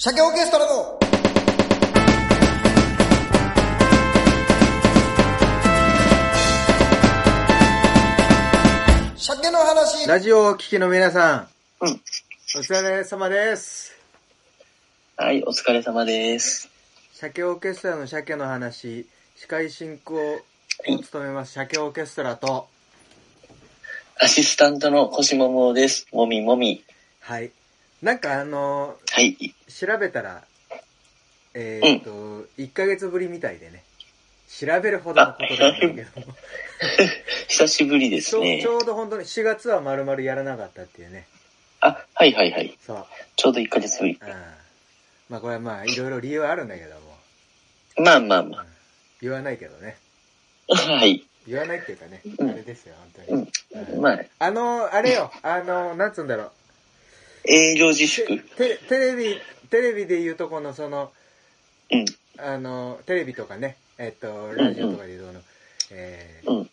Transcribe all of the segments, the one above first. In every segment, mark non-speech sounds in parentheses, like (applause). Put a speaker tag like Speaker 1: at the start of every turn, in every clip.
Speaker 1: 鮭オーケストラの鮭の話
Speaker 2: ラジオを聴きの皆さん。
Speaker 3: うん
Speaker 2: お疲れ様です。
Speaker 3: はい、お疲れ様です。
Speaker 2: 鮭オーケストラの鮭の話、司会進行を務めます鮭オーケストラと、
Speaker 3: アシスタントの星桃です。もみもみ。
Speaker 2: はい。なんかあの
Speaker 3: はい。
Speaker 2: ー、調べたら、えーっと、1ヶ月ぶりみたいでね、調べるほどのことじゃないけども、
Speaker 3: 久しぶりで
Speaker 2: ち
Speaker 3: す
Speaker 2: ょ
Speaker 3: ね
Speaker 2: ち。ょうど本当に4月は丸々やらなかったっていうね。
Speaker 3: あ、はいはいはい。
Speaker 2: そう。
Speaker 3: ちょうど1ヶ月ぶり
Speaker 2: う。ん。まあこれはまあいろいろ理由はあるんだけども、
Speaker 3: まあまあま
Speaker 2: 言わないけどね。
Speaker 3: あ。 (laughs) はい。
Speaker 2: 言わないっていうかね、
Speaker 3: うん
Speaker 2: あれですよ、本当に。うん
Speaker 3: まあ、
Speaker 2: あの、あれよ、あの、なんつうんだろう。
Speaker 3: 営業自
Speaker 2: て
Speaker 3: 粛。
Speaker 2: テテレビ、テレビで言うとこの、その、
Speaker 3: うん。
Speaker 2: あの、テレビとかね、えっと、ラジオとかで言うとこの、えー
Speaker 3: うん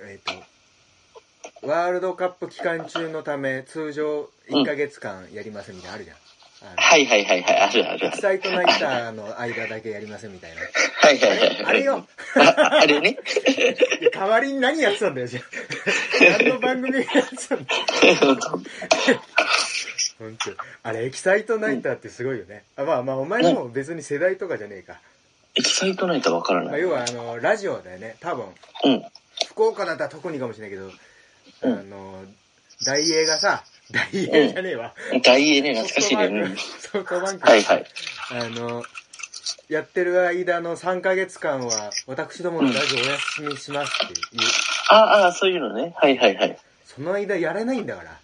Speaker 2: えっと、ワールドカップ期間中のため、通常1ヶ月間やりますみたいなのあるじゃん。あの
Speaker 3: はいはいはいはい。あるあるあ
Speaker 2: エキ
Speaker 3: る。
Speaker 2: サイトナイターの間だけやりますみたいな。
Speaker 3: はいはいはいはい。
Speaker 2: あれよ。
Speaker 3: あ。ああれね。 (laughs)
Speaker 2: いや代わりに何やってたんだよ、じゃあ。何の番組やってたんだよ。本当あれエキサイトナイターってすごいよね、あまあまあお前も別に世代とかじゃねえか、
Speaker 3: エキサイトないとわから
Speaker 2: まあ、
Speaker 3: ない。う
Speaker 2: 要はあのラジオだよね多分
Speaker 3: ん。
Speaker 2: 福岡だったら特にかもしれないけど、
Speaker 3: うん
Speaker 2: あの大英がさ大英じゃねえわ、
Speaker 3: 大英ね、懐かしいね。うん
Speaker 2: ソフトバンク
Speaker 3: はいはい。
Speaker 2: あのやってる間の3ヶ月間は私どものラジオお休みしますっていう、
Speaker 3: ああ、そういうのね。はいはいはい。
Speaker 2: その間やれないんだから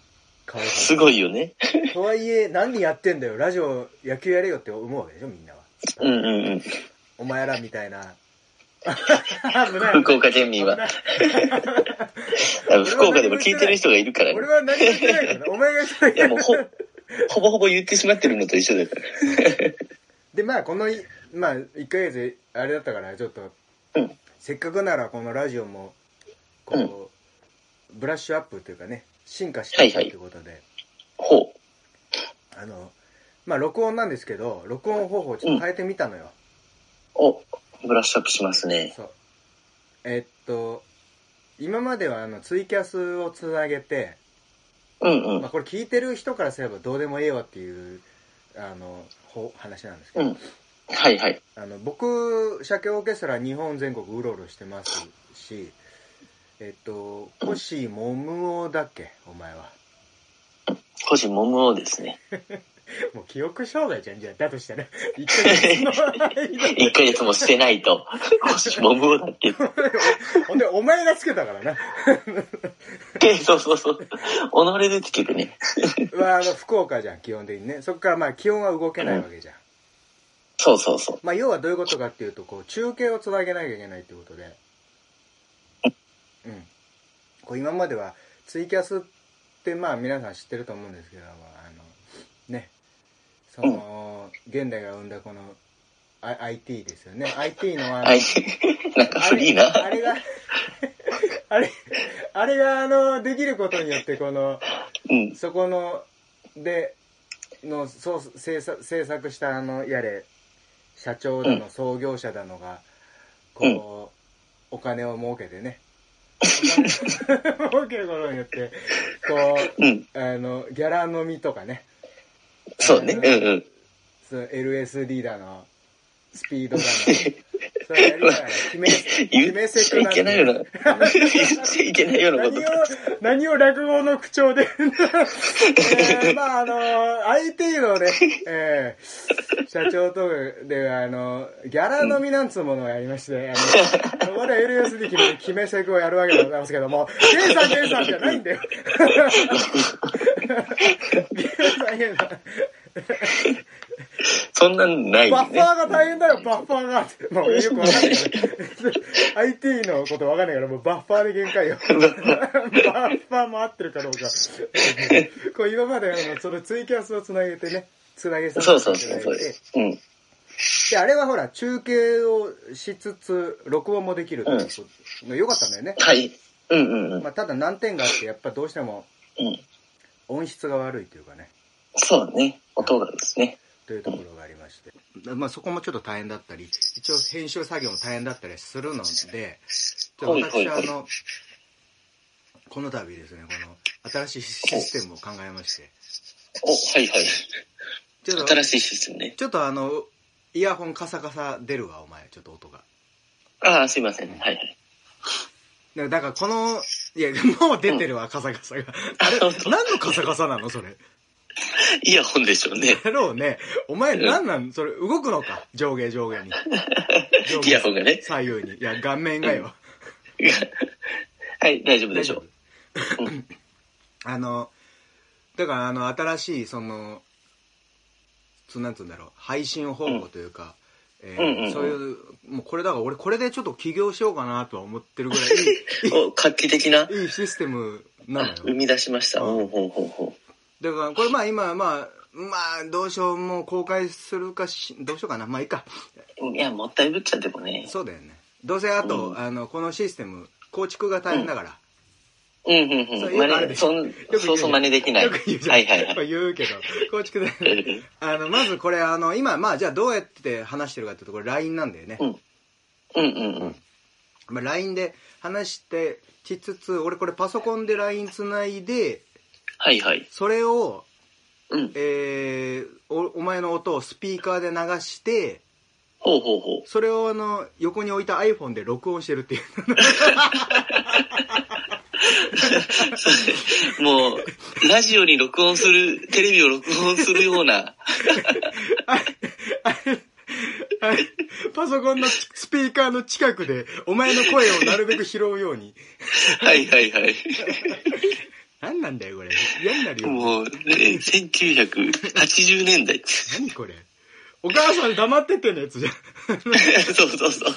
Speaker 2: かわいそ
Speaker 3: す
Speaker 2: う
Speaker 3: ごいよね。 (laughs)
Speaker 2: にとはいえ何やってんだよラジオ野球やれよって思うわけでしょみんなは
Speaker 3: うんうんうん。
Speaker 2: お前らみたいな。危ない
Speaker 3: 福岡県民は。
Speaker 2: (laughs)
Speaker 3: 福岡でも聞いてる人がいるからね
Speaker 2: 俺。は何も言ってないからなお前がそう
Speaker 3: いや
Speaker 2: 言
Speaker 3: もう
Speaker 2: う。
Speaker 3: ほ、ほぼほぼ言ってしまってるのと一緒だから。
Speaker 2: で、まあ、このい、まあ、1ヶ月、あれだったから、ちょっと、
Speaker 3: うん
Speaker 2: せっかくなら、このラジオも、こう、ブラッシュアップというかね、進化していきた
Speaker 3: はいいはい
Speaker 2: ということで、
Speaker 3: ほ
Speaker 2: あの、まあ、録音なんですけど、録音方法をちょっと変えてみたのよ。
Speaker 3: う。お、ブラッシュアップしますね。
Speaker 2: そう。えっと、今までは、あの、ツイキャスをつなげて、
Speaker 3: うんう
Speaker 2: まあ、
Speaker 3: ん。
Speaker 2: これ聞いてる人からすればどうでもええわっていうあのほ話なんですけど、
Speaker 3: うんはいはい。
Speaker 2: あの僕鮭オーケストラ日本全国うろうろしてますしえっと星もむおだっけお前は (laughs)
Speaker 3: 星桃をですね。
Speaker 2: もう記憶障害じゃんじゃあだとしたら1 (laughs) ヶ月の間
Speaker 3: (laughs) 一ヶ月もしてな
Speaker 2: (laughs)
Speaker 3: いと。星桃をだっけ。
Speaker 2: ほんでお前がつけたからな
Speaker 3: そうそうそう。己でつけてね。
Speaker 2: はあの福岡じゃん基本的にねそこからまあ気温は動けないわけじゃん、
Speaker 3: そうそうそう。
Speaker 2: まあ要はどういうことかっていうとこう中継をつなげなきゃいけないってことでうんこう今まではツイキャスってまあ皆さん知ってると思うんですけどもあのねその、現代が生んだこのあ IT ですよね IT の
Speaker 3: (laughs)
Speaker 2: あの
Speaker 3: はい。
Speaker 2: (laughs)
Speaker 3: なんか
Speaker 2: あ
Speaker 3: 古い
Speaker 2: れ
Speaker 3: な。
Speaker 2: あれが (laughs) あれあれがあのできることによってこの
Speaker 3: うん。
Speaker 2: そこのでのそう制作制作したあのやれ社長だの創業者だのがこう、お金を儲けて
Speaker 3: (laughs)
Speaker 2: ねお金を儲けることによってこ
Speaker 3: うん。
Speaker 2: うあのギャラ飲みとかね
Speaker 3: そうね。うんうん。
Speaker 2: その LSD だのスピードだの
Speaker 3: (laughs)
Speaker 2: それやりながら決め決
Speaker 3: 言
Speaker 2: め
Speaker 3: っ
Speaker 2: せ
Speaker 3: ちゃいけないような。 (laughs) 言っちゃいけないようなこ
Speaker 2: 何
Speaker 3: と
Speaker 2: を。、何を落語の口 (laughs) 調で、えーまああの、IT のね、えー社長とかでは、あの、ギャラ飲みなんつうものをやりまして、あの、我々 LSD 決め、決めセクをやるわけでございますけども、ゲンさんゲンさんじゃないん (laughs) だよ。ゲンさんゲンさん。
Speaker 3: そんなんないよ
Speaker 2: バッフ
Speaker 3: ね。
Speaker 2: ァーが大変だよ、バッファーが。まあ、俺よくわかんないから。IT のことわかんないから、もうバッファーで限界よ。バッファーも合ってるかどうか。こう今まであの、そのツイキャスをつなげてね、つなげさ
Speaker 3: そう
Speaker 2: せ
Speaker 3: そう
Speaker 2: ていた
Speaker 3: そう。
Speaker 2: だ
Speaker 3: そう
Speaker 2: いて。
Speaker 3: です。うん。
Speaker 2: で、あれはほら、中継をしつつ、録音もできるということの良かったんだよね。
Speaker 3: はい。うんうんうん。
Speaker 2: まあ、ただ難点があって、やっぱどうしても
Speaker 3: うん。
Speaker 2: 音質が悪いというかね。
Speaker 3: そうね。音がですね。
Speaker 2: というところがありまして、まあ、そこもちょっと大変だったり一応編集作業も大変だったりするのでじゃあ
Speaker 3: はいはい
Speaker 2: 私
Speaker 3: はい
Speaker 2: あのこの度ですねこの新しいシステムを考えまして
Speaker 3: お、はいはい。
Speaker 2: ちょっと
Speaker 3: 新しいシステムね。
Speaker 2: ちょっとあのイヤホンカサカサ出るわお前ちょっと音が
Speaker 3: ああ、すいません。はいはい。
Speaker 2: だだからこのいやもう出てるわカサカサが
Speaker 3: (laughs)
Speaker 2: あれ
Speaker 3: 本当
Speaker 2: 何のカサカサなのそれ
Speaker 3: イヤホンでしょうね。
Speaker 2: やろうねお前何なんそれ動くのか上下上下に上下
Speaker 3: イヤホンがね。
Speaker 2: 左右にいや顔面がよ、
Speaker 3: (laughs) はい、大丈夫でしょう。
Speaker 2: 大丈夫あのだからあの新しいそのそのなんつうんだろう配信方法というか、えー
Speaker 3: うんうんうん
Speaker 2: そういうもうこれだから俺これでちょっと起業しようかなとは思ってるぐら
Speaker 3: お、画期的ない (laughs)
Speaker 2: いいいシステムなのよ
Speaker 3: 生み出しました。
Speaker 2: うん
Speaker 3: ほうほうほうほ
Speaker 2: だからこれまあ今まあまあどうしようもう公開するかしどうしようかなまあいいか
Speaker 3: う。いや、もったいぶっちゃでもね。
Speaker 2: そうだよねどうせあと、
Speaker 3: うん
Speaker 2: あのこのシステム構築が大変だから、
Speaker 3: うんうん。
Speaker 2: そううんよくあ
Speaker 3: 真
Speaker 2: る
Speaker 3: 似、
Speaker 2: でしょ
Speaker 3: そ
Speaker 2: よく言うじゃん
Speaker 3: んそうそう真似できない。
Speaker 2: よく言うじゃん
Speaker 3: はいはいはい。
Speaker 2: 言うけど構築だよね
Speaker 3: (laughs) うん
Speaker 2: あのまずこれあの今まあじゃあどうやって話してるかっていうとこれ LINE なんだよね、
Speaker 3: うんうんうん
Speaker 2: まあ、LINE で話してしつつ俺これパソコンで LINE つないで
Speaker 3: はいはい。
Speaker 2: それを、
Speaker 3: うん。
Speaker 2: えーおお前の音をスピーカーで流して
Speaker 3: ほうほうほう。
Speaker 2: それをあの横に置いた iPhone で録音してるっていう
Speaker 3: (laughs) もう、ラジオに録音する、テレビを録音するよう (laughs) な、
Speaker 2: あれあれあれパソコンのスピーカーの近くでお前の声をなるべく拾うように
Speaker 3: はいはいはい。
Speaker 2: 何なんだよこれ嫌になるよ
Speaker 3: もう、ね、1980
Speaker 2: (laughs)
Speaker 3: 年代。
Speaker 2: 何これお母さん黙っててのやつ
Speaker 3: (laughs)
Speaker 2: じゃん
Speaker 3: そうそうそう。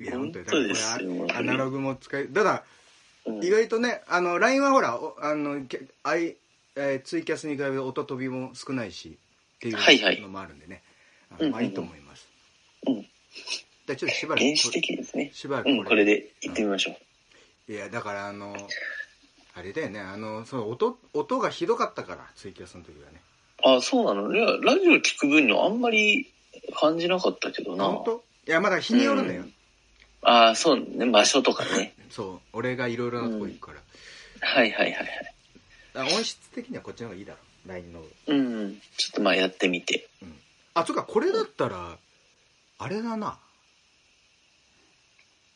Speaker 2: いや本
Speaker 3: 本
Speaker 2: 当に
Speaker 3: 当で
Speaker 2: だか
Speaker 3: すよ
Speaker 2: らこれアナログも使いただ
Speaker 3: うん
Speaker 2: 意外とねあの LINE はほらおあのけあい、えーツイキャスに比べて音飛びも少ないしって
Speaker 3: はいはいいう
Speaker 2: のもあるんでね、あの
Speaker 3: うんうんうん
Speaker 2: まあいいと思います、
Speaker 3: うん
Speaker 2: でちょっとしばらく
Speaker 3: 原始的ですね。
Speaker 2: しばらく
Speaker 3: うん、これで行ってみましょう。
Speaker 2: いやだからあのあれだよねあのその音音がひどかったからツイキャスの時はね
Speaker 3: あ、そうなのいや、ラジオ聞く分にはあんまり感じなかったけどな。
Speaker 2: 本当いやまだ日によるんだよ、
Speaker 3: うああ、そうね。場所とかね。 (laughs)
Speaker 2: そう俺がいろいろなとこ行くから,、
Speaker 3: はいはいはいはい。
Speaker 2: 音質的にはこっちの方がいいだろ LINE の方が
Speaker 3: うん。ちょっとまあやってみて。 (laughs)
Speaker 2: あ、そうか、これだったら、あれだな。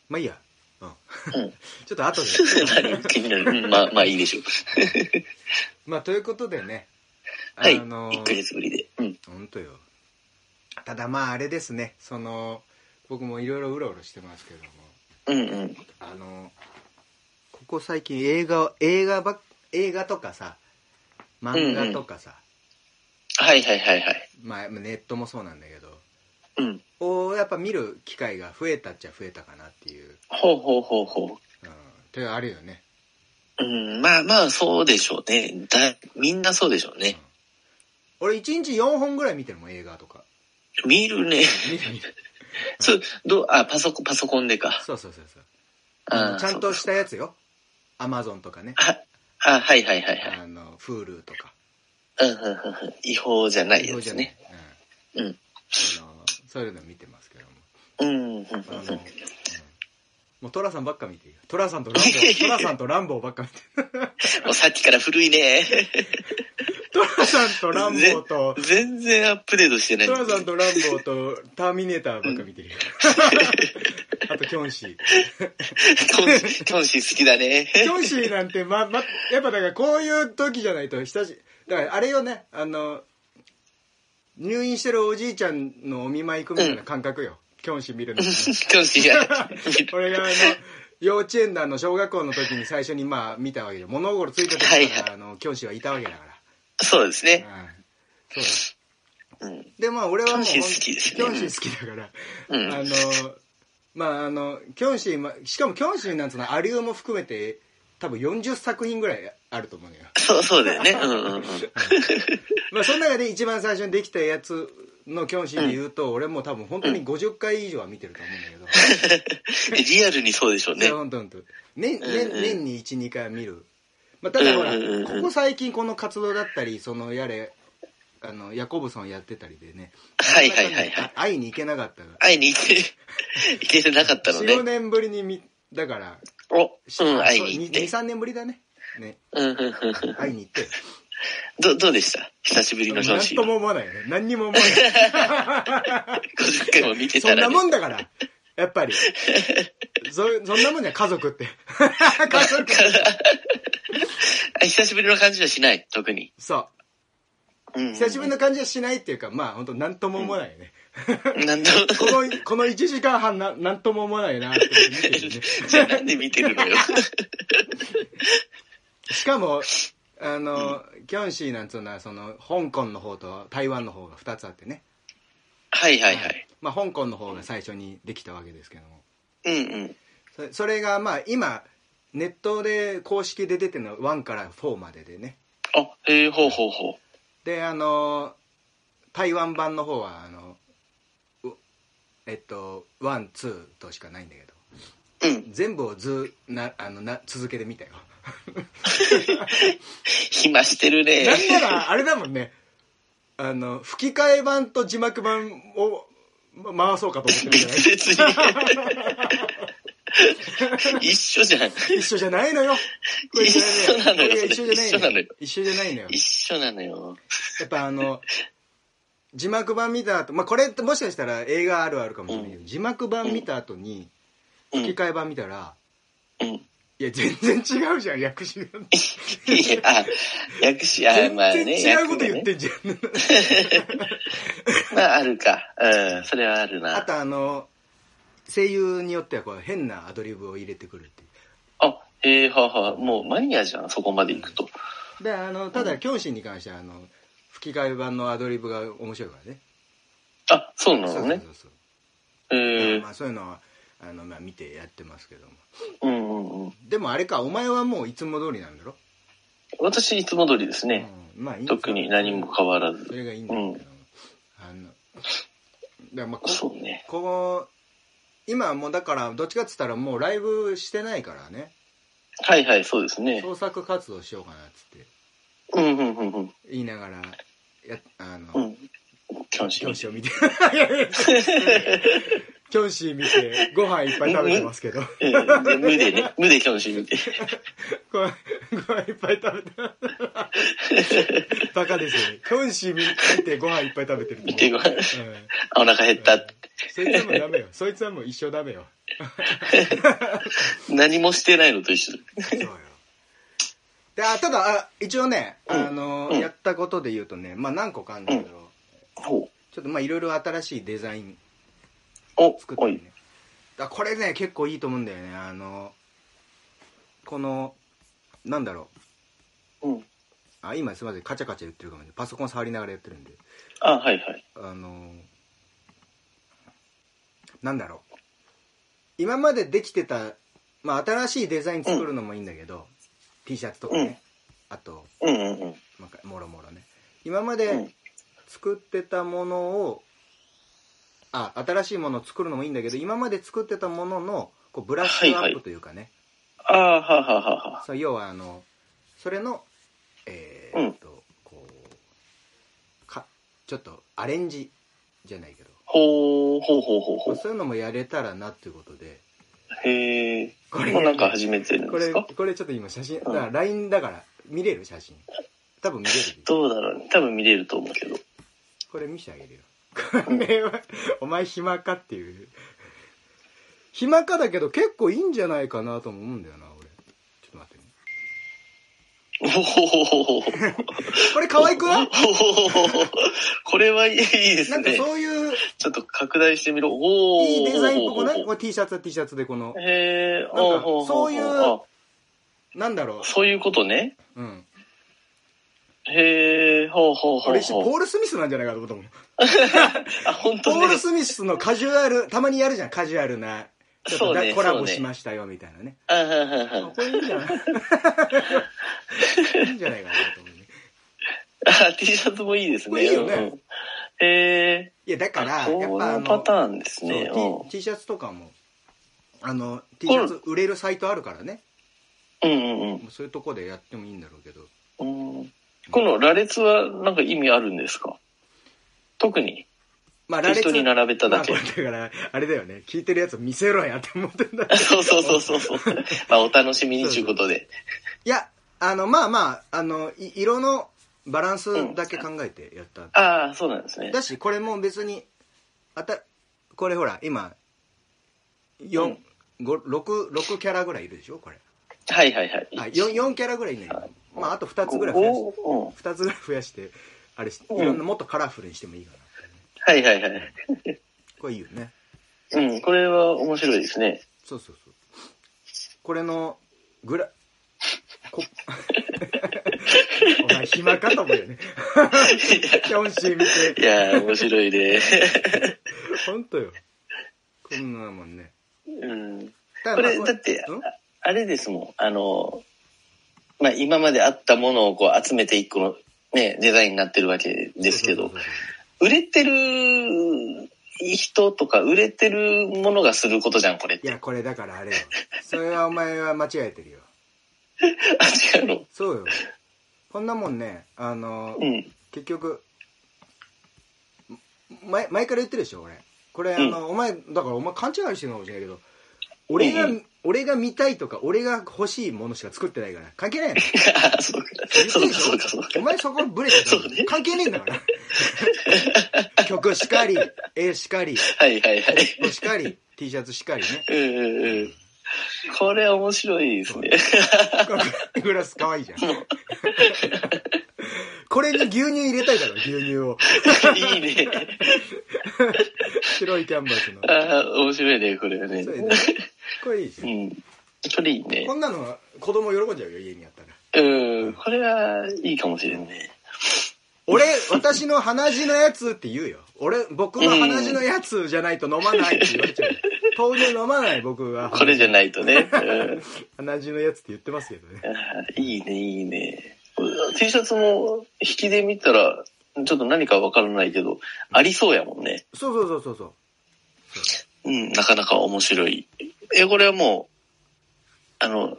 Speaker 2: まあいいや。うん。
Speaker 3: うん。
Speaker 2: (laughs) ちょっと (laughs) 後で。
Speaker 3: 何気になる。うんまあまあいいでしょう。
Speaker 2: まあ、ということでね。
Speaker 3: はい。
Speaker 2: あの、
Speaker 3: 1ヶ月ぶりで。うん。
Speaker 2: ほんとよ。ただまあ、あれですね。その、僕もいろいろうろうろしてますけども。
Speaker 3: うんうん。
Speaker 2: あの、ここ最近映画、映画ばっ、映画とかさ、漫画とかさ、
Speaker 3: はいはいはいはい。
Speaker 2: まあ、ネットもそうなんだけど、
Speaker 3: うん。
Speaker 2: をやっぱ見る機会が増えたっちゃ増えたかなっていう、
Speaker 3: ほうほうほうほ
Speaker 2: うん、ってあるよね。
Speaker 3: う。うん。まあまあそうでしょうね。だみんなそうでしょうね。
Speaker 2: 俺1日4本ぐらい見てるもん映画とか
Speaker 3: 見るね。
Speaker 2: 見る見る
Speaker 3: そう、どう、あ、パソコン、パソコンで
Speaker 2: (laughs)
Speaker 3: か。
Speaker 2: そうそうそうそうあ
Speaker 3: あ
Speaker 2: のちゃんとしたやつよアマゾンとかね
Speaker 3: あ、はいはいはいはい。
Speaker 2: あの Hulu とか
Speaker 3: うんうんうんうん。違法じゃないやつね。
Speaker 2: うん
Speaker 3: うん
Speaker 2: あのそういうの見てますけども
Speaker 3: うんうんうんうん。
Speaker 2: あの、うんもうトラさんばっか見てるよトラさんとランボートラさんとランボーばっか見てる
Speaker 3: もうさっきから古い (laughs) ね。
Speaker 2: トラさんとランボーと
Speaker 3: 全然アップデートしてない。
Speaker 2: トラ
Speaker 3: (laughs)
Speaker 2: さんとランボーとターミネーターばっか見てるよあとキョンシー
Speaker 3: キョンシーキョンシー好きだね。
Speaker 2: キョンシーなんて、ま、ま、やっぱだからこういう時じゃないと久し、だからあれよね、あの、入院してるおじいちゃんのお見舞い行くみたいな感覚よ。キョンシー見る
Speaker 3: (laughs)
Speaker 2: のってね。
Speaker 3: キョンシーが。 (laughs)
Speaker 2: 俺があの、幼稚園団の小学校の時に最初にまあ見たわけよ。物心ついた時から、
Speaker 3: はいはい
Speaker 2: あの、キョンシーはいたわけだから。
Speaker 3: そうですね。
Speaker 2: うんそうだ
Speaker 3: うん。
Speaker 2: で、まあ俺はもう、
Speaker 3: キョンシー好きですね
Speaker 2: キョンシー好きだから。
Speaker 3: うん
Speaker 2: あの、まああの、キョンシー、ま、しかもキョンシーなんつうのはアリウも含めて、多分40作品ぐらいあると思うのよ。
Speaker 3: そう、そうだよね。うんうんうん。
Speaker 2: まあその中で一番最初にできたやつのキョンシーで言うと、俺もう多分本当に50回以上は見てると思うんだけ
Speaker 3: リアルにそうでしょう
Speaker 2: ど、い
Speaker 3: ね
Speaker 2: や。本当本当年年年に12回は見るまあ、ただほら、
Speaker 3: うんうんうん
Speaker 2: ここ最近この活動だったり、そのやれ、あの、ヤコブソンやってたりでね。
Speaker 3: はいはいはいはい。
Speaker 2: 会いに行けなかったか
Speaker 3: 会いに行け、 (laughs) 行けてなかった
Speaker 2: ら。
Speaker 3: の
Speaker 2: 4、
Speaker 3: ね
Speaker 2: 5。年ぶりに見、だから、
Speaker 3: お、
Speaker 2: し
Speaker 3: うん、
Speaker 2: あ
Speaker 3: 会い
Speaker 2: そう
Speaker 3: に行っ
Speaker 2: に
Speaker 3: て
Speaker 2: 2、。3年ぶりだね。ね、
Speaker 3: うん、うん、うんうん。
Speaker 2: 会いに行って。
Speaker 3: ど、どうでした久しぶりの
Speaker 2: な
Speaker 3: 上
Speaker 2: ん
Speaker 3: 司。
Speaker 2: とも
Speaker 3: 50
Speaker 2: 思わないよね。何にも思わ
Speaker 3: (laughs)
Speaker 2: ない。
Speaker 3: 回も見て
Speaker 2: そ
Speaker 3: た
Speaker 2: ん
Speaker 3: ら
Speaker 2: な
Speaker 3: ね
Speaker 2: も。んだから、やっぱり。そ、そんなもんじゃ家族って。 (laughs) 家族。
Speaker 3: (laughs) あ久しぶりの感じはしない、特に。
Speaker 2: そ
Speaker 3: うん。
Speaker 2: う。久しぶりの感じはしないっていうか、まあ本当なんとも思わないよね。
Speaker 3: なんと、
Speaker 2: この、この1時間半な、なんとも思わないなって見てるね。
Speaker 3: じゃあなんで見てる
Speaker 2: (laughs)
Speaker 3: のよ。
Speaker 2: しかも、あの、キョンシーなんつうのは、その、香港の方と台湾の方が2つあってね。
Speaker 3: はいはいはい。
Speaker 2: まあ香港の方が最初にできたわけですけども。
Speaker 3: うんうん。
Speaker 2: それそれがまあ今ネットで公式で出てるのは1から4まででね
Speaker 3: あ、へえ、ほうほうほ
Speaker 2: であの台湾版の方はあのうえっと12としかないんだけど
Speaker 3: う。うん。
Speaker 2: 全部をずなあのな続けてみたよ
Speaker 3: 暇してるね。
Speaker 2: なんならあれだもんねあの吹き替え版と字幕版をま回そうかと思ってるんじ
Speaker 3: (laughs)
Speaker 2: ゃない
Speaker 3: (laughs) 別に。一緒じゃん。
Speaker 2: 一緒じゃないのよこれ
Speaker 3: 一緒なのよ
Speaker 2: これ一緒じゃない
Speaker 3: 一緒なのよ
Speaker 2: 一緒じゃないのよ
Speaker 3: 一緒なのよ。
Speaker 2: やっぱあの、字幕版見た後、まあ、これってもしかしたら映画あるあるかもしれないけど、字幕版見た後に、
Speaker 3: うん。
Speaker 2: 吹き替え版見たら、
Speaker 3: うん。
Speaker 2: いや、全然違うじゃん、訳詞が。
Speaker 3: いや、あ薬師、あ、
Speaker 2: 全
Speaker 3: まあ
Speaker 2: 然
Speaker 3: ね。
Speaker 2: 違うこと言っ
Speaker 3: 役がね
Speaker 2: てんじゃん。
Speaker 3: まあ、あるか。うん。それはある
Speaker 2: あ
Speaker 3: な。
Speaker 2: とあの、声優によってはこう変なアドリブを入れてくるってい
Speaker 3: あ、へえ、はあはあ。もうマニアじゃん、そこまで行くと。
Speaker 2: う。で、あの、ただ、キョンシンに関しては、あの、吹き替え版のアドリブが面白いからね。
Speaker 3: あ、そうな
Speaker 2: そ
Speaker 3: の
Speaker 2: うそう
Speaker 3: ね。
Speaker 2: そうそう。
Speaker 3: えー
Speaker 2: まあ、そういうのは、あの、まあ、見てやってますけども。
Speaker 3: うんうんうん。
Speaker 2: でもあれか、お前はもういつも通りなんだろ
Speaker 3: 私、いつも通りですね。
Speaker 2: うんまあいいんですよ
Speaker 3: 特に何も変わら
Speaker 2: そ
Speaker 3: ず。
Speaker 2: れがいいんだけど、
Speaker 3: うん
Speaker 2: あのだからまあ
Speaker 3: そ
Speaker 2: こ
Speaker 3: うね。
Speaker 2: こ今はもうだからどっちかっつったらもうライブしてないからね
Speaker 3: はいはい、そうですね。
Speaker 2: 創作活動しようかなっつって
Speaker 3: うんうんうんうん。
Speaker 2: 言いながらやあ
Speaker 3: う
Speaker 2: の、
Speaker 3: ん。キャン
Speaker 2: キ
Speaker 3: シ
Speaker 2: ョ
Speaker 3: ー
Speaker 2: ンシーを見て (laughs) いやいやキョンシー見てご飯いっぱい食べてますけど
Speaker 3: えー無で
Speaker 2: (laughs)
Speaker 3: ね、無でキョンシー見て。
Speaker 2: ご飯ご飯いっぱい食べて
Speaker 3: (laughs)
Speaker 2: バカですよねキョンシー見てご飯いっぱい食べてる
Speaker 3: 見てご飯
Speaker 2: うん
Speaker 3: あお腹減ったって。
Speaker 2: そいつはもうダメよそいつはもう一生ダメよ
Speaker 3: 何もしてないのと一緒だ。
Speaker 2: そうよ。で、あ、ただ、あ一応ね、
Speaker 3: うん
Speaker 2: あの、
Speaker 3: うん
Speaker 2: やったことで言うとね、まあ何個かあるんだけど、
Speaker 3: ほ
Speaker 2: ちょっとまあいろいろ新しいデザイン
Speaker 3: う。お
Speaker 2: 作、って
Speaker 3: お
Speaker 2: ね
Speaker 3: い。。
Speaker 2: だこれね、結構いいと思うんだよね。あの、この、なんだろう。
Speaker 3: うん。
Speaker 2: あ、今すみません、カチャカチャ言ってるかもしれない。パソコン触りながらやってるんで。
Speaker 3: あ、はいはい。
Speaker 2: あの、なんだろう。今までできてた、まあ新しいデザイン作るのもいいんだけど、T シャツとかね。あと、
Speaker 3: うんうんうん。
Speaker 2: まあもろもろね今ま
Speaker 3: う
Speaker 2: で
Speaker 3: ん
Speaker 2: 作ってたものを、あ新しいものを作るのもいいんだけど今まで作ってたもののこうブラッシュア
Speaker 3: はい
Speaker 2: ップ
Speaker 3: はい
Speaker 2: というかね、
Speaker 3: ああ、はあはあはあはあ。
Speaker 2: そう要はあのそれのえーっと、こうかちょっとアレンジじゃないけど、
Speaker 3: ほう、ほうほうほうほ
Speaker 2: まあ
Speaker 3: う。
Speaker 2: そういうのもやれたらなっていうことで
Speaker 3: へえ。
Speaker 2: こ
Speaker 3: もうなんか始めてるん
Speaker 2: こ
Speaker 3: です
Speaker 2: れ
Speaker 3: か
Speaker 2: これちょっと今写真だか
Speaker 3: う
Speaker 2: ら LINE だから見れる写真多分見れる
Speaker 3: どうだろうね。多分見れると思うけ
Speaker 2: (laughs)
Speaker 3: ど。
Speaker 2: これ見せてあげるよ。これは、お前暇かっていう。暇かだけど結構いいんじゃないかなとも思うんだよな、俺。ちょっと待ってね。
Speaker 3: おほほほほほ。
Speaker 2: これ可愛くない
Speaker 3: おほほほほこれはいいです
Speaker 2: なんか
Speaker 3: ね。
Speaker 2: そういう
Speaker 3: ちょっと拡大してみろ。おお。
Speaker 2: いいデザインっぽくないこれ T シャツは T シャツでこの、
Speaker 3: へえ。
Speaker 2: か
Speaker 3: おうほほほ
Speaker 2: そういう
Speaker 3: あ
Speaker 2: なんだろ
Speaker 3: そういうことね。
Speaker 2: う。うん。
Speaker 3: へえ。ほうほうほう
Speaker 2: 俺、ポ
Speaker 3: ほう。
Speaker 2: ール・スミスなんじゃないかと思ったもん。
Speaker 3: (laughs) あ、本
Speaker 2: ポ
Speaker 3: 当
Speaker 2: ー
Speaker 3: ね
Speaker 2: ル・。スミスのカジュアル、たまにやるじゃん、カジュアルな。ちょっ
Speaker 3: そ
Speaker 2: と
Speaker 3: うね
Speaker 2: だコラボ
Speaker 3: そうね
Speaker 2: しましたよ、みたいなね。
Speaker 3: あはんはんは
Speaker 2: あ
Speaker 3: (laughs) ん
Speaker 2: これいいんじゃないいいんじゃないかなと思うね。
Speaker 3: あ T シャツもいいです
Speaker 2: こ
Speaker 3: ね。
Speaker 2: れいいよね
Speaker 3: うんうん。へえ。
Speaker 2: いや、だから、
Speaker 3: こ
Speaker 2: やっぱあ
Speaker 3: の
Speaker 2: の、
Speaker 3: パターンですね。
Speaker 2: そうう T, T シャツとかもあの T
Speaker 3: こ
Speaker 2: シ
Speaker 3: れ
Speaker 2: ャツ売れるサイトあるからね
Speaker 3: うんうん
Speaker 2: そういうとこでやってもいいんだろうけど
Speaker 3: うん。うんこの羅列はなんか意味あるんですか特に
Speaker 2: まあ
Speaker 3: 適当に並べた
Speaker 2: ま
Speaker 3: だ
Speaker 2: あ
Speaker 3: け
Speaker 2: こ。れだからあれだよね聞いてるやつ見せろやって思ってんだけど
Speaker 3: (laughs) そうそうそうそう
Speaker 2: (laughs)
Speaker 3: そう。まあお楽しみにということで。
Speaker 2: いやあのまあまああのい色のバランスだけ考えてやった、
Speaker 3: ああ、そうなんですね。
Speaker 2: だしこれも別にあたこれほら今
Speaker 3: う
Speaker 2: 4
Speaker 3: ん
Speaker 2: 五六六キャラぐらいいるでしょこれ
Speaker 3: はいはいはい。
Speaker 2: あ四四キャラぐらいいるんだよまああと2つぐらい増やし
Speaker 3: 五うん。
Speaker 2: 二つぐらい増やしてあれし
Speaker 3: うん
Speaker 2: いろんなもっとカラフルにしてもいいかな
Speaker 3: はいはいはい。
Speaker 2: これいいよね
Speaker 3: うん、これは面白いです
Speaker 2: (laughs)
Speaker 3: ね。
Speaker 2: そうそうそうこれのグラこ (laughs) お前暇かと思うよねキョンシー見
Speaker 3: い
Speaker 2: て
Speaker 3: やー、面白いね。
Speaker 2: 本当よこんなもんね
Speaker 3: うん。
Speaker 2: た
Speaker 3: こ
Speaker 2: まあ
Speaker 3: れ、だって
Speaker 2: うん、
Speaker 3: あれですもん。あの、まあ今まであったものをこう集めて一個のね、デザインになってるわけですけ
Speaker 2: そ
Speaker 3: ど
Speaker 2: う、そうそうそう
Speaker 3: 売れてる人とか売れてるものがすることじゃん、これっ
Speaker 2: い
Speaker 3: て。
Speaker 2: や、これだからあれよ。それはお前は間違えてるよ。
Speaker 3: あ、違うの。
Speaker 2: そうよ。こんなもんね、あの、
Speaker 3: うん。
Speaker 2: 結局、前、前から言ってるでしょ、俺。これ、あの、お前、だからお前勘違いしてるのかもしれないけど、俺が、
Speaker 3: うんう
Speaker 2: 俺が見たいとか、俺が欲しいものしか作ってないから、関係ないの。
Speaker 3: あ、そうか。 (laughs) そうか、そうか、そうか
Speaker 2: お。前そこブレてた
Speaker 3: そうね
Speaker 2: 関係ねえんだ
Speaker 3: (laughs)
Speaker 2: から。曲しかり、絵しかり、
Speaker 3: はいはいはい。
Speaker 2: しかり、T シャツしかりね。
Speaker 3: うんうんうん。これ面白いですね。
Speaker 2: グラス可愛いじゃん。これに牛乳入れたいだろ、牛乳を。
Speaker 3: いいね。
Speaker 2: 白いキャンバスの。
Speaker 3: ああ、面白いね、これはね。
Speaker 2: そうやね
Speaker 3: う
Speaker 2: これいいじゃん。
Speaker 3: ん。これいいね
Speaker 2: こ。んなのは子供喜んじゃうよ、家にあったら。
Speaker 3: うん。これはいいかもしれんね。
Speaker 2: 俺、私の鼻血のやつって言うよ。俺、僕の鼻血のやつじゃないと飲まないって言われちゃうよ。豆乳飲まない僕は。
Speaker 3: これじゃないとね。うん
Speaker 2: 鼻血のやつって言ってますけどね。
Speaker 3: あーいいね、いいね。T シャツも引きで見たら、ちょっと何かわからないけど、ありそうやもんね。
Speaker 2: そうそうそうそうそう。
Speaker 3: うん、なかなか面白い。え、これはもう、あの、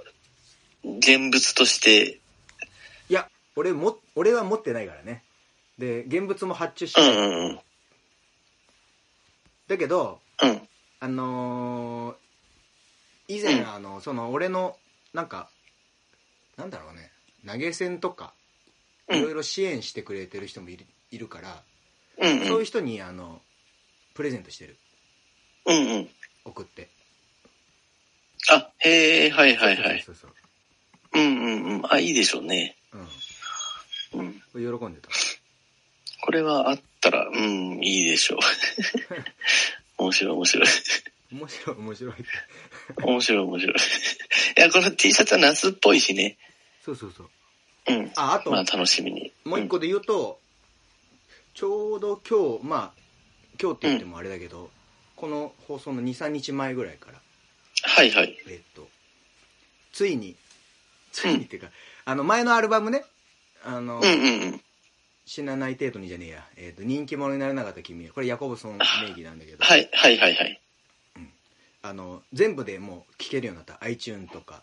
Speaker 3: 現物として、
Speaker 2: いや、俺も、俺は持ってないからね。で、現物も発注し
Speaker 3: う
Speaker 2: て
Speaker 3: ん
Speaker 2: な
Speaker 3: う
Speaker 2: い。
Speaker 3: んうん。
Speaker 2: だけど、
Speaker 3: うん。
Speaker 2: あのー以前、
Speaker 3: うん
Speaker 2: あのその俺のなんかなんだろうね投げ銭とか
Speaker 3: うん
Speaker 2: いろいろ支援してくれてる人もいるいるから、
Speaker 3: うん
Speaker 2: そう
Speaker 3: う。
Speaker 2: いうん人にあのプレゼントしてる
Speaker 3: うんうん。
Speaker 2: 送って
Speaker 3: あ、へえ、はいはいはい。
Speaker 2: そうそうそ
Speaker 3: うんうんうん。あ、いいでしょうね。
Speaker 2: う、うん
Speaker 3: うん。
Speaker 2: これ、喜んでた
Speaker 3: これはあったら、うん、いい
Speaker 2: (laughs)
Speaker 3: でしょう。面白い面白い。
Speaker 2: 面白い面白いって
Speaker 3: 面白い面白い。いや、この T シャツは夏っぽいしね。
Speaker 2: そうそうそう
Speaker 3: うん。
Speaker 2: ああと、
Speaker 3: まあ楽しみに。
Speaker 2: もう一個で言うと、ちょうど今日まあ今日って言ってもあれだけど、この放送の23日前ぐらいから
Speaker 3: はいはい。
Speaker 2: えっと、ついに、ついにっていうか、あの、前のアルバムね、あの、
Speaker 3: うんうんうん。
Speaker 2: 死なない程度にじゃねえや、えっと、人気者になれなかった君へ、これヤコブソン名義なんだけど、
Speaker 3: はいはいはいはい。
Speaker 2: あの、全部でもう聴けるようになった。iTune とか、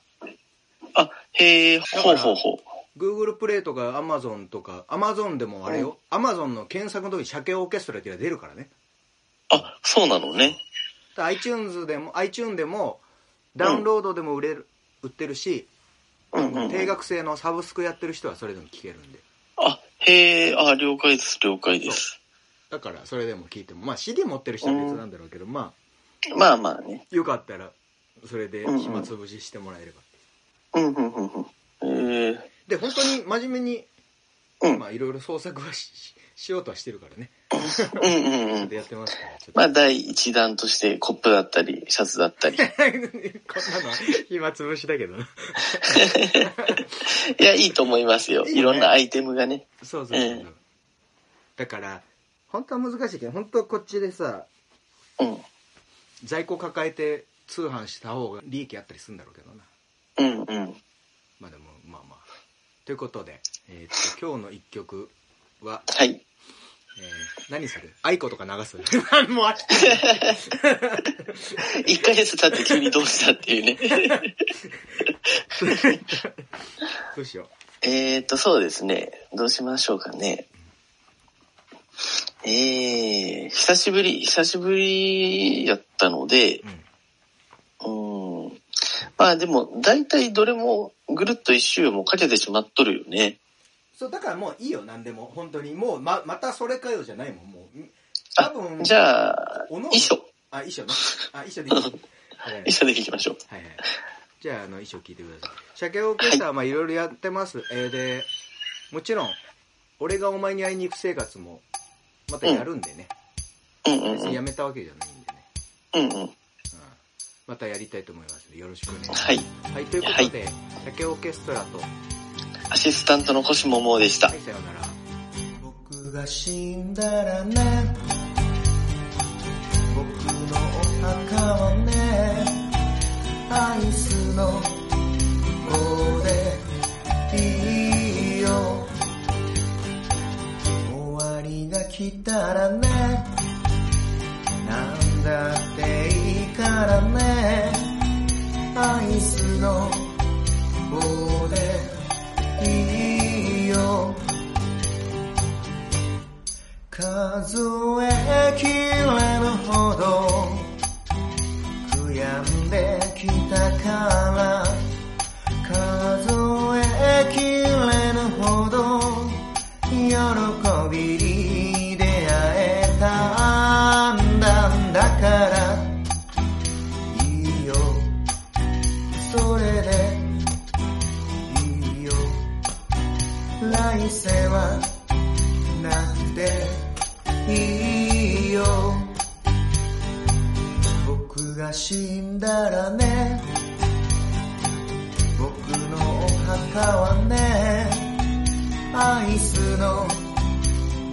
Speaker 3: あ、へえ、
Speaker 2: ら
Speaker 3: ほうほうほ
Speaker 2: Google プレイとか Amazon とか、Amazon でもあれよ、Amazon の検索の時に鮭オーケストラっていうのが出るからね。
Speaker 3: う。あ、そうなのね。
Speaker 2: だから iTunes でも、iTune でも、ダウンロードでも売れる、売ってるし、
Speaker 3: うんうんうん。
Speaker 2: 定額制のサブスクやってる人はそれでも聴けるんで。
Speaker 3: あ、へえ、あ、了解です、了解です。
Speaker 2: だからそれでも聞いてもまあ CD 持ってる人は別なんだろうけど、ま
Speaker 3: まあまあね。
Speaker 2: あよかったらそれで暇つぶししてもらえれば、
Speaker 3: うんうんうんうん。へえ、
Speaker 2: で本当に真面目に、
Speaker 3: うん
Speaker 2: まあいろいろ創作はしししようとはしてるからね
Speaker 3: うんうんうん。
Speaker 2: でやってますからちょっと (laughs)
Speaker 3: まあ、第一弾としてコップだったり、シャツだったり。
Speaker 2: こんなのは暇つぶしだけどな
Speaker 3: いや、いいと思いますよ。
Speaker 2: いいね
Speaker 3: いろんなアイテムがね。
Speaker 2: そうそうそうそう、
Speaker 3: ええ
Speaker 2: だから本当は難しいけど本当はこっちでさ
Speaker 3: うん。
Speaker 2: 在庫抱えて通販した方が利益あったりするんだろうけどな
Speaker 3: うんうん。
Speaker 2: まあでもまあまあということで、えーっと今日の一曲は
Speaker 3: はい。
Speaker 2: えー何するアイコとか
Speaker 4: (laughs)
Speaker 2: 流すもう飽きてる (laughs)
Speaker 3: 一ヶ月経って急にどうしたっていうね。
Speaker 4: どうしよう。
Speaker 3: えー、っと、そうですね。どうしましょうかね。えー、久しぶり、久しぶりやったので、うん、まあでも、大体どれもぐるっと一周もかけてしまっとるよね。
Speaker 2: そう、だからもういいよ、なんでも。本当に。もう、ま、またそれかよじゃないもん、もう。ん多
Speaker 3: あ
Speaker 2: 分、
Speaker 3: じゃあ、
Speaker 2: おのおの
Speaker 3: 衣装。
Speaker 2: あ、衣装
Speaker 3: (laughs)
Speaker 2: ね。あ、衣装でいい。はいはい
Speaker 3: 衣装でいきましょう。
Speaker 4: はいはい。じゃあ、あの、衣装聞いてください。鮭オーケストラは、まあ、いろいろやってます。えーで、もちろん、俺がお前に会いに行く生活も、またやるんでね。
Speaker 3: うんうん
Speaker 4: 別
Speaker 3: う
Speaker 4: に
Speaker 3: ん。
Speaker 4: やめたわけじゃないんでね。
Speaker 3: うんうん。
Speaker 4: うん。またやりたいと思いますので、よろしくお願いします。
Speaker 3: はい。
Speaker 4: はい、ということで、鮭オーケストラと、は
Speaker 3: アシスタントの星桃でした
Speaker 4: い、。さようなら。
Speaker 2: 僕が死んだらね僕のお墓はねアイスの棒でいいよ終わりが来たらねなんだっていいからねアイスの棒でいいよ数えきれぬほど悔やんできたから数えきれぬほど喜びに出会えたんだんだからいいよそれでいいよ来世はなんていいよ僕が死んだらね僕のお墓はねアイスの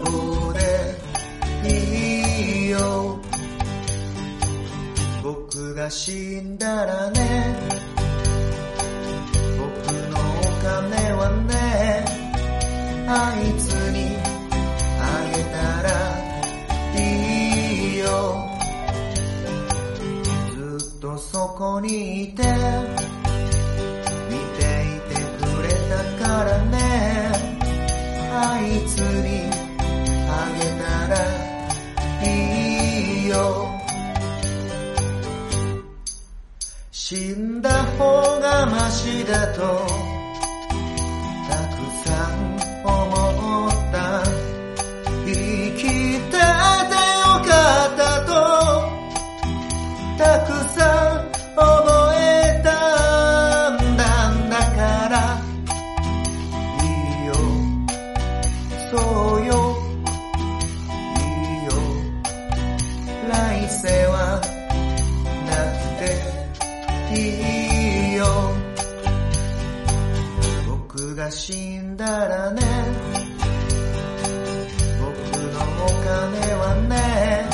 Speaker 2: 棒でいいよ僕が死んだらね僕のお金はねあいつにあげたらいいよずっとそこにいて見ていてくれたからねあいつにあげたらいいよ死んだ方がマシだとたくさん思った生きててよかったとたくさん思えたんだんだからいいよそうよいいよ来世はなんていいよ僕が死んだらね僕のお金はね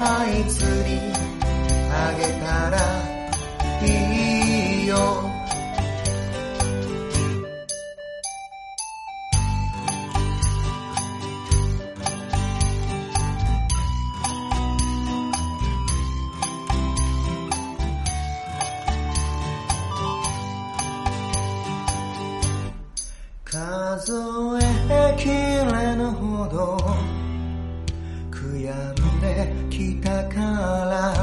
Speaker 2: あいつにあげたらいいよ数えきれぬほど悔やんできたから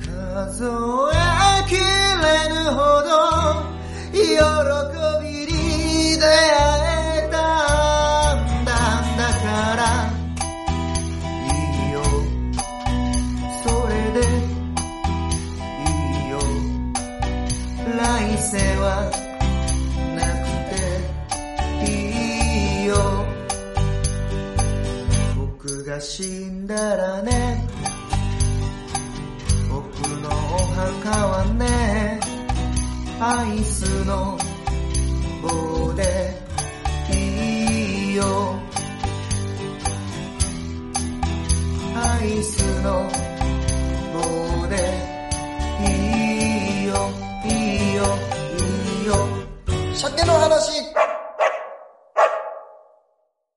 Speaker 2: 数えきれぬほど喜びに出会えたんだんだからいいよそれでいいよ来世はなくていいよ僕が死んだらね僕のお墓はねアイスの棒でいいよアイスの棒でいいよいいよいいよ
Speaker 1: 鮭の話